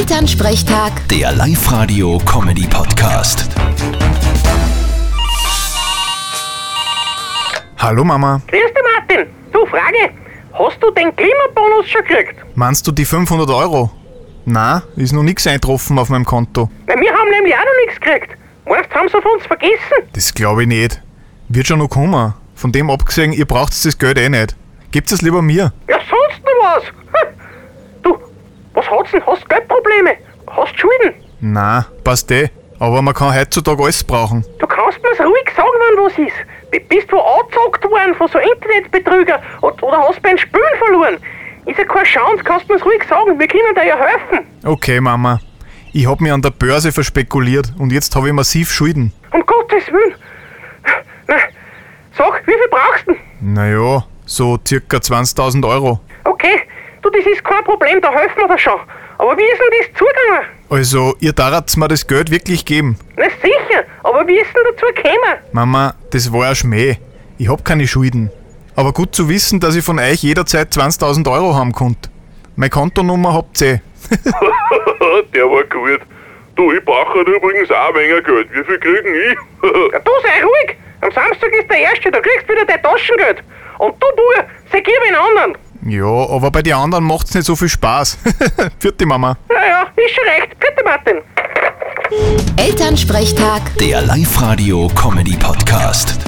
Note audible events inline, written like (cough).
Elternsprechtag, Der Live-Radio-Comedy-Podcast. Hallo Mama, Grüß dich, Martin. Du, Frage. Hast du den Klimabonus schon gekriegt? meinst du die 500 Euro? Na, ist noch nichts eintroffen auf meinem Konto. Weil wir haben nämlich auch noch nichts gekriegt. Meinst du, haben sie auf uns vergessen? Das glaube ich nicht. Wird schon noch kommen. Von dem abgesehen, ihr braucht das Geld eh nicht. Gebt es lieber mir. Ja, sonst noch was. Hm. Du, was hat's denn? Hast du Geldprobleme? Hast du Schulden? Na, passt eh. Aber man kann heutzutage alles brauchen. Du kannst mir's ruhig sagen, wann was ist. B- Bist du angezockt worden von so Internetbetrüger und, oder hast beim Spülen verloren? Ist ja keine Chance, kannst mir's ruhig sagen. Wir können dir ja helfen. Okay Mama, ich hab mich an der Börse verspekuliert und jetzt habe ich massiv Schulden. Um Gottes Willen. Na, sag, wie viel brauchst du denn? Naja, so circa 20.000 Euro. Okay, du, das ist kein Problem, da helfen wir dir schon. Aber wie ist denn das zugegangen? Also, ihr darfts mir das Geld wirklich geben. Na sicher, aber wie ist denn dazu gekommen? Mama, das war ein Schmäh. Ich hab keine Schulden. Aber gut zu wissen, dass ich von euch jederzeit 20.000 Euro haben konnte. Meine Kontonummer habt ihr. eh. Der war gut. Du, ich brauche übrigens auch ein wenig Geld. Wie viel kriegen ich? Ja, du sei ruhig, am Samstag ist der erste, da kriegst du wieder dein Taschengeld. Und du, Bub, sei gib den anderen. Ja, aber bei den anderen macht's nicht so viel Spaß. (laughs) Vierte Mama. Naja, ist schon recht. Bitte, Martin. Elternsprechtag. Der Live-Radio-Comedy-Podcast.